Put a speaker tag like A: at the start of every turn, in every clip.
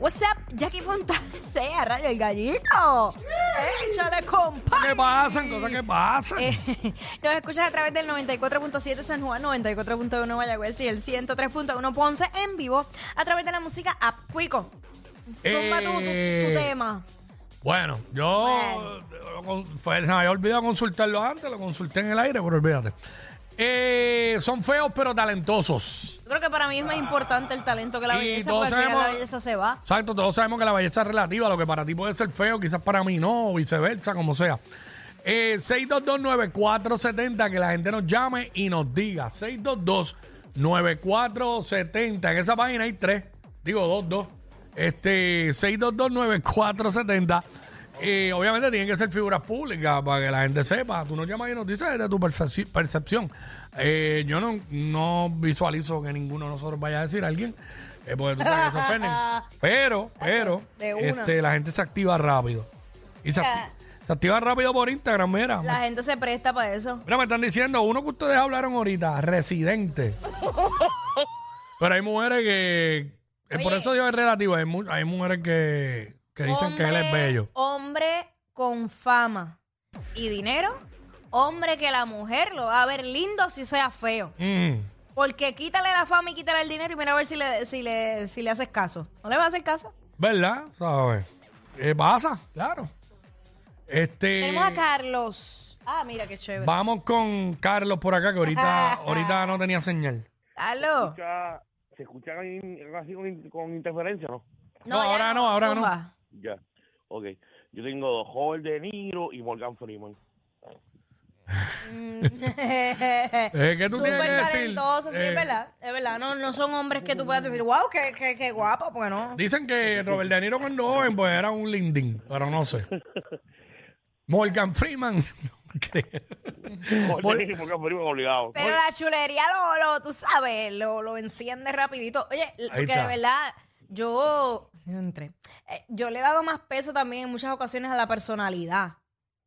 A: What's up, Jackie Fontanera, rayo el gallito. Échale, compadre.
B: ¿Qué pasan? Cosas que pasan.
A: Eh, nos escuchas a través del 94.7 San Juan, 94.1 Mayagüez y el 103.1 Ponce en vivo a través de la música App Cuico. Zumba tú, tu,
B: Eh,
A: tu tema.
B: Bueno, yo eh, con- fue- se me había olvidado consultarlo antes, lo consulté en el aire, pero olvídate. Eh, son feos pero talentosos.
A: Yo creo que para mí es más importante el talento que la
B: y
A: belleza,
B: todos
A: porque al final la
B: sabemos-
A: belleza se va.
B: Exacto, todos sabemos que la belleza es relativa, lo que para ti puede ser feo, quizás para mí no, o viceversa, como sea. Eh, 6229470, que la gente nos llame y nos diga. 6229470, en esa página hay tres, digo dos, dos. Este, 6229470. Eh, obviamente tienen que ser figuras públicas para que la gente sepa. Tú nos llamas y nos dices desde tu percep- percepción. Eh, yo no, no visualizo que ninguno de nosotros vaya a decir a alguien, eh, porque tú sabes que se ofenden. Pero, pero,
A: De una.
B: este, la gente se activa rápido. Y se,
A: Mira.
B: acti- se activa rápido por Instagram, mira.
A: La gente se presta para eso.
B: Mira, me están diciendo, uno que ustedes hablaron ahorita, residente. Pero hay mujeres que. eh, por
A: Oye.
B: eso digo es relativo. Hay, mu- hay mujeres que, que dicen que él es
A: Hombre-
B: bello.
A: Hombre con fama y dinero. Hombre que la mujer lo va a ver lindo si sea feo.
B: Mm.
A: Porque quítale la fama y quítale el dinero y mira a ver si le, si le, si le haces caso. ¿No le vas a hacer caso?
B: ¿Verdad? ¿Sabes? Eh, pasa, claro. Este.
A: Tenemos a Carlos. Ah, mira qué chévere.
B: Vamos con Carlos por acá, que ahorita, ahorita no tenía señal.
A: Carlos.
C: escucha- se escucha en- así con, in- con interferencia, ¿no?
B: No,
A: ya
B: ahora no, ahora no.
A: zumba.
C: Ya. Ok. Yo tengo dos, Robert De Niro y Morgan Freeman.
B: Eh, ¿qué tú
A: Súper
B: tienes Mm. que decir?
A: talentoso, sí,
B: Eh,
A: es verdad. Es verdad, no, no son hombres que tú puedas decir, wow, qué, qué, qué guapo, porque no.
B: Dicen que Robert De Niro cuando joven pues era un lindín, pero no sé. Morgan Freeman. no creo.
C: Robert
B: Mor-
C: De Niro y Morgan Freeman obligado.
A: Pero la chulería lo, lo tú sabes, lo, lo enciende rapidito. Oye, porque de
B: está.
A: verdad, yo entre, eh, yo le he dado más peso también en muchas ocasiones a la personalidad.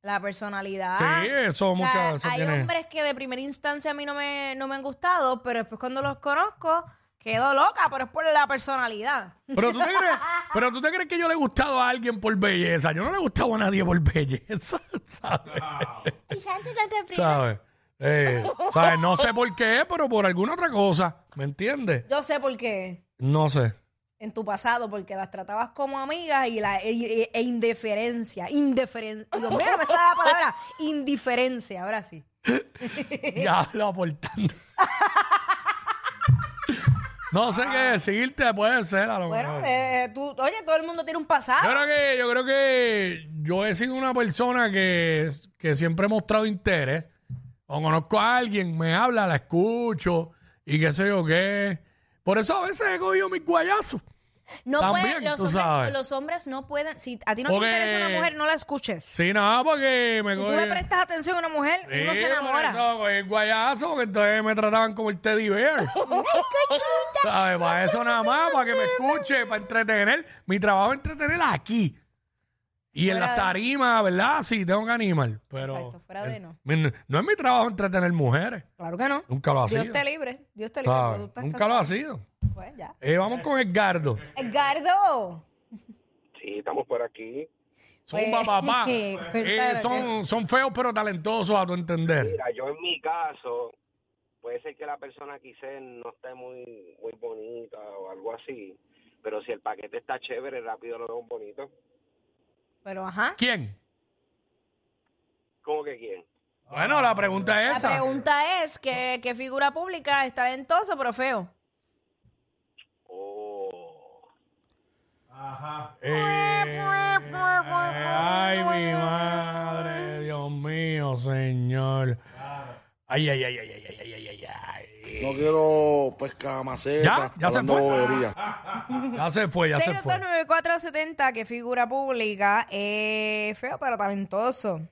A: La personalidad.
B: Sí, eso,
A: O sea,
B: muchas- eso
A: hay
B: tiene-
A: hombres que de primera instancia a mí no me, no me han gustado, pero después cuando los conozco, quedo loca, pero es por la personalidad.
B: Pero tú, te crees, pero tú te crees que yo le he gustado a alguien por belleza. Yo no le he gustado a nadie por belleza, ¿sabes? ¿Sabes? Eh, ¿sabes? No sé por qué, pero por alguna otra cosa. ¿Me entiendes?
A: Yo sé por qué.
B: No sé.
A: En tu pasado, porque las tratabas como amigas y la, e, e- e indiferencia. Indiferencia. Dios mío, no me sale la palabra. Indiferencia, ahora sí.
B: Ya lo aportando. No sé qué decirte, puede ser a lo
A: Bueno, ah.
B: mejor.
A: eh, tú, oye, todo el mundo tiene un
B: Yo
A: pasado.
B: creo que, yo creo que yo he sido una persona que, que siempre he mostrado interés. O conozco a alguien, me habla, la escucho y qué sé yo qué. Por eso a veces he cogido mis guayazos.
A: No
B: También,
A: pueden- los,
B: tú
A: hombres,
B: sabes.
A: los hombres no pueden. Si a ti no
B: Porque-
A: te interesa una mujer, no la escuches.
B: Sí, nada, porque me
A: Si tú
B: cogí-
A: le prestas atención a una mujer,
B: Sí,
A: uno se
B: por
A: enamora.
B: eso cogí guayazo, porque entonces me trataban como el teddy bear. ¿Sabes? Para eso nada más, para que me escuche, para entretener. Mi trabajo es entretener aquí. Y en
A: Fuera
B: las
A: de-
B: tarimas, ¿verdad? Sí, tengo que animar. Pero
A: Exacto, fuera de no.
B: mi- No es mi trabajo entretener mujeres.
A: Claro que no.
B: Nunca lo ha
A: Dios
B: sido.
A: te libre. Dios te libre.
B: ¿sabes?
A: porque tú estás
B: Nunca lo ha sido.
A: casado. Pues ya.
B: Eh, vamos con Edgardo.
A: Edgardo.
C: Sí, estamos por aquí.
B: Zumba,
A: Pues,
B: papá. Eh,
A: cuéntalo,
B: son, son feos pero talentosos a tu entender.
D: Mira, yo en mi caso, puede ser que la persona quizás no esté muy, muy bonita o algo así, pero si el paquete está chévere, rápido lo veo bonito.
A: Pero ajá.
B: ¿Quién?
D: ¿Cómo que quién?
B: Bueno, la pregunta es
A: La
B: esa.
A: pregunta es que, que figura pública es talentoso pero feo.
D: Oh,
B: Eh, ay, mi madre, Dios mío, señor. Ay, ay, ay, ay, ay, ay, ay, ay, ay, ay.
E: No quiero pesca maceta.
B: Ya, ya se
E: hablando
B: fue.
E: bobería.
B: Ya se fue, ya se fue.
A: 6229470, que figura pública, eh, feo pero talentoso.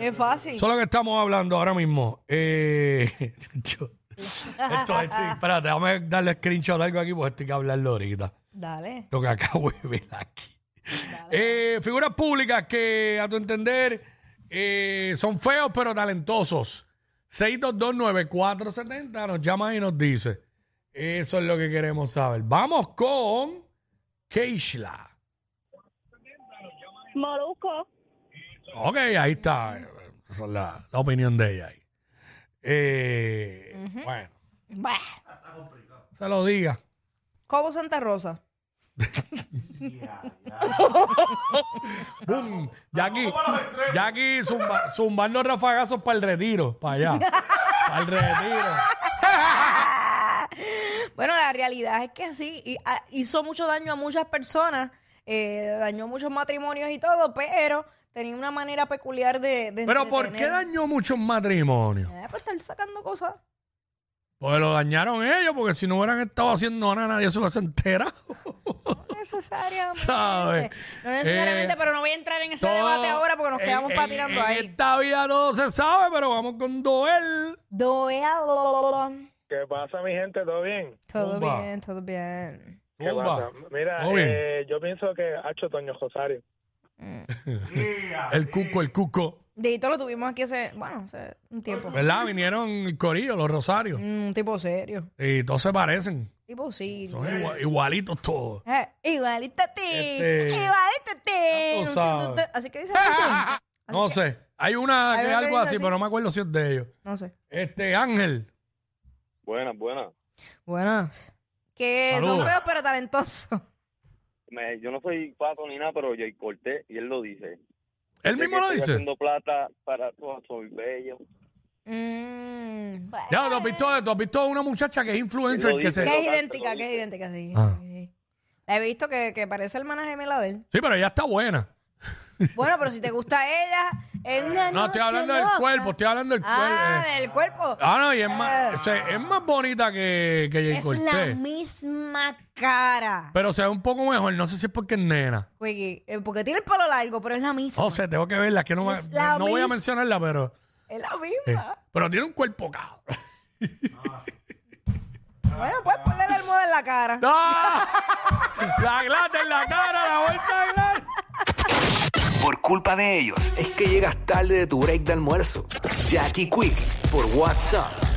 A: Es fácil.
B: Solo que estamos hablando ahora mismo. Eh, yo- esto, esto- espérate, déjame darle screenshot a algo aquí porque estoy que hablarlo ahorita.
A: Dale.
B: Lo que acabo de ver aquí. Eh, figuras públicas que, a tu entender, eh, son feos pero talentosos. 6229470 nos llama y nos dice. Eso es lo que queremos saber. Vamos con Keishla.
F: Molusco,
B: Ok, ahí está. Esa es la, la opinión de ella. ahí. Eh, Bueno,
A: Bah.
B: se lo diga.
A: Cobo Santa Rosa.
B: ¡Bum! Jackie, Jackie zumba- zumbando rafagazos para el retiro, para allá. Para el retiro.
A: Bueno, la realidad es que sí, y- a- hizo mucho daño a muchas personas, eh, dañó muchos matrimonios y todo, pero tenía una manera peculiar de... de
B: Pero ¿por qué
A: entretener.
B: dañó muchos matrimonios?
A: Eh, pues estar sacando cosas.
B: Pues lo dañaron ellos, porque si no hubieran estado haciendo nada, nadie se hubiese enterado.
A: No necesariamente.
B: ¿Sabe?
A: No necesariamente,
B: Eh,
A: pero no voy a entrar en ese
B: Todo-
A: debate ahora porque nos
B: en-
A: quedamos
B: en-
A: patinando
B: en
A: ahí.
B: Esta vida no se sabe, pero vamos con Doel.
A: Doel.
G: ¿Qué pasa, mi gente? ¿Todo bien?
A: Todo
B: Zumba.
A: bien, todo bien.
G: ¿Qué pasa?
B: Zumba.
G: Mira,
B: Todo bien.
G: eh, yo pienso que Hacho Toño Rosario.
B: El cuco, el cuco.
A: Dito lo tuvimos aquí hace, bueno, hace un tiempo.
B: ¿Verdad? Vinieron el corillo, los rosarios.
A: Mm, Un tipo serio.
B: Y todos se parecen.
A: Tipo sí.
B: Son igua- igualitos todos.
A: Eh, igualito a ti.
B: Este,
A: Igualito a ti.
B: ya tú
A: Un,
B: sabes.
A: tu, tu, tu. Así que dice. así.
B: No sé. Hay una
A: Hay
B: que
A: una
B: es
A: que
B: algo
A: dice
B: así,
A: así.
B: pero no me acuerdo si es de ellos.
A: No sé.
B: Este, Ángel.
D: Buenas, buenas.
A: Buenas. Que
B: Saludos.
A: son feos pero talentosos.
D: Me- yo no soy pato ni nada, pero yo corté y él lo dice.
B: Él
D: Sé
B: mismo
D: que
B: lo
D: estoy
B: dice.
D: haciendo plata para todos, soy bello.
A: Mm, bueno.
B: Ya, tú has visto, tú has visto una muchacha que es influencer
D: Lo
B: que
D: dice.
B: se-
A: Que es
D: Pero-
A: idéntica, que es idéntica, sí.
B: Ah.
A: sí. La he visto que, que parece hermana gemela de él.
B: Sí, pero ella está buena.
A: Bueno, pero si te gusta ella, es una
B: No,
A: noche
B: estoy hablando del
A: loca.
B: cuerpo, estoy hablando del
A: Ah,
B: cuerpo. eh.
A: del cuerpo.
B: Ah, no, y es más, se- es más bonita que, que Jay
A: es la
B: Cortés.
A: misma cara.
B: Pero se ve un poco mejor, no sé si es porque es nena.
A: Quickie, eh, porque tiene el pelo largo, pero es la misma.
B: No sé, tengo que verla, que no, me-
A: Es la
B: no voy a
A: mis-
B: mencionarla, pero...
A: es la
B: eh,
A: misma.
B: Pero tiene un cuerpo cao.
A: Bueno, pues ponle la almohada en la cara.
B: ¡No! La glata en la cara, la vuelta de glata.
H: Por culpa de ellos es que llegas tarde de tu break de almuerzo. Jackie Quick por WhatsApp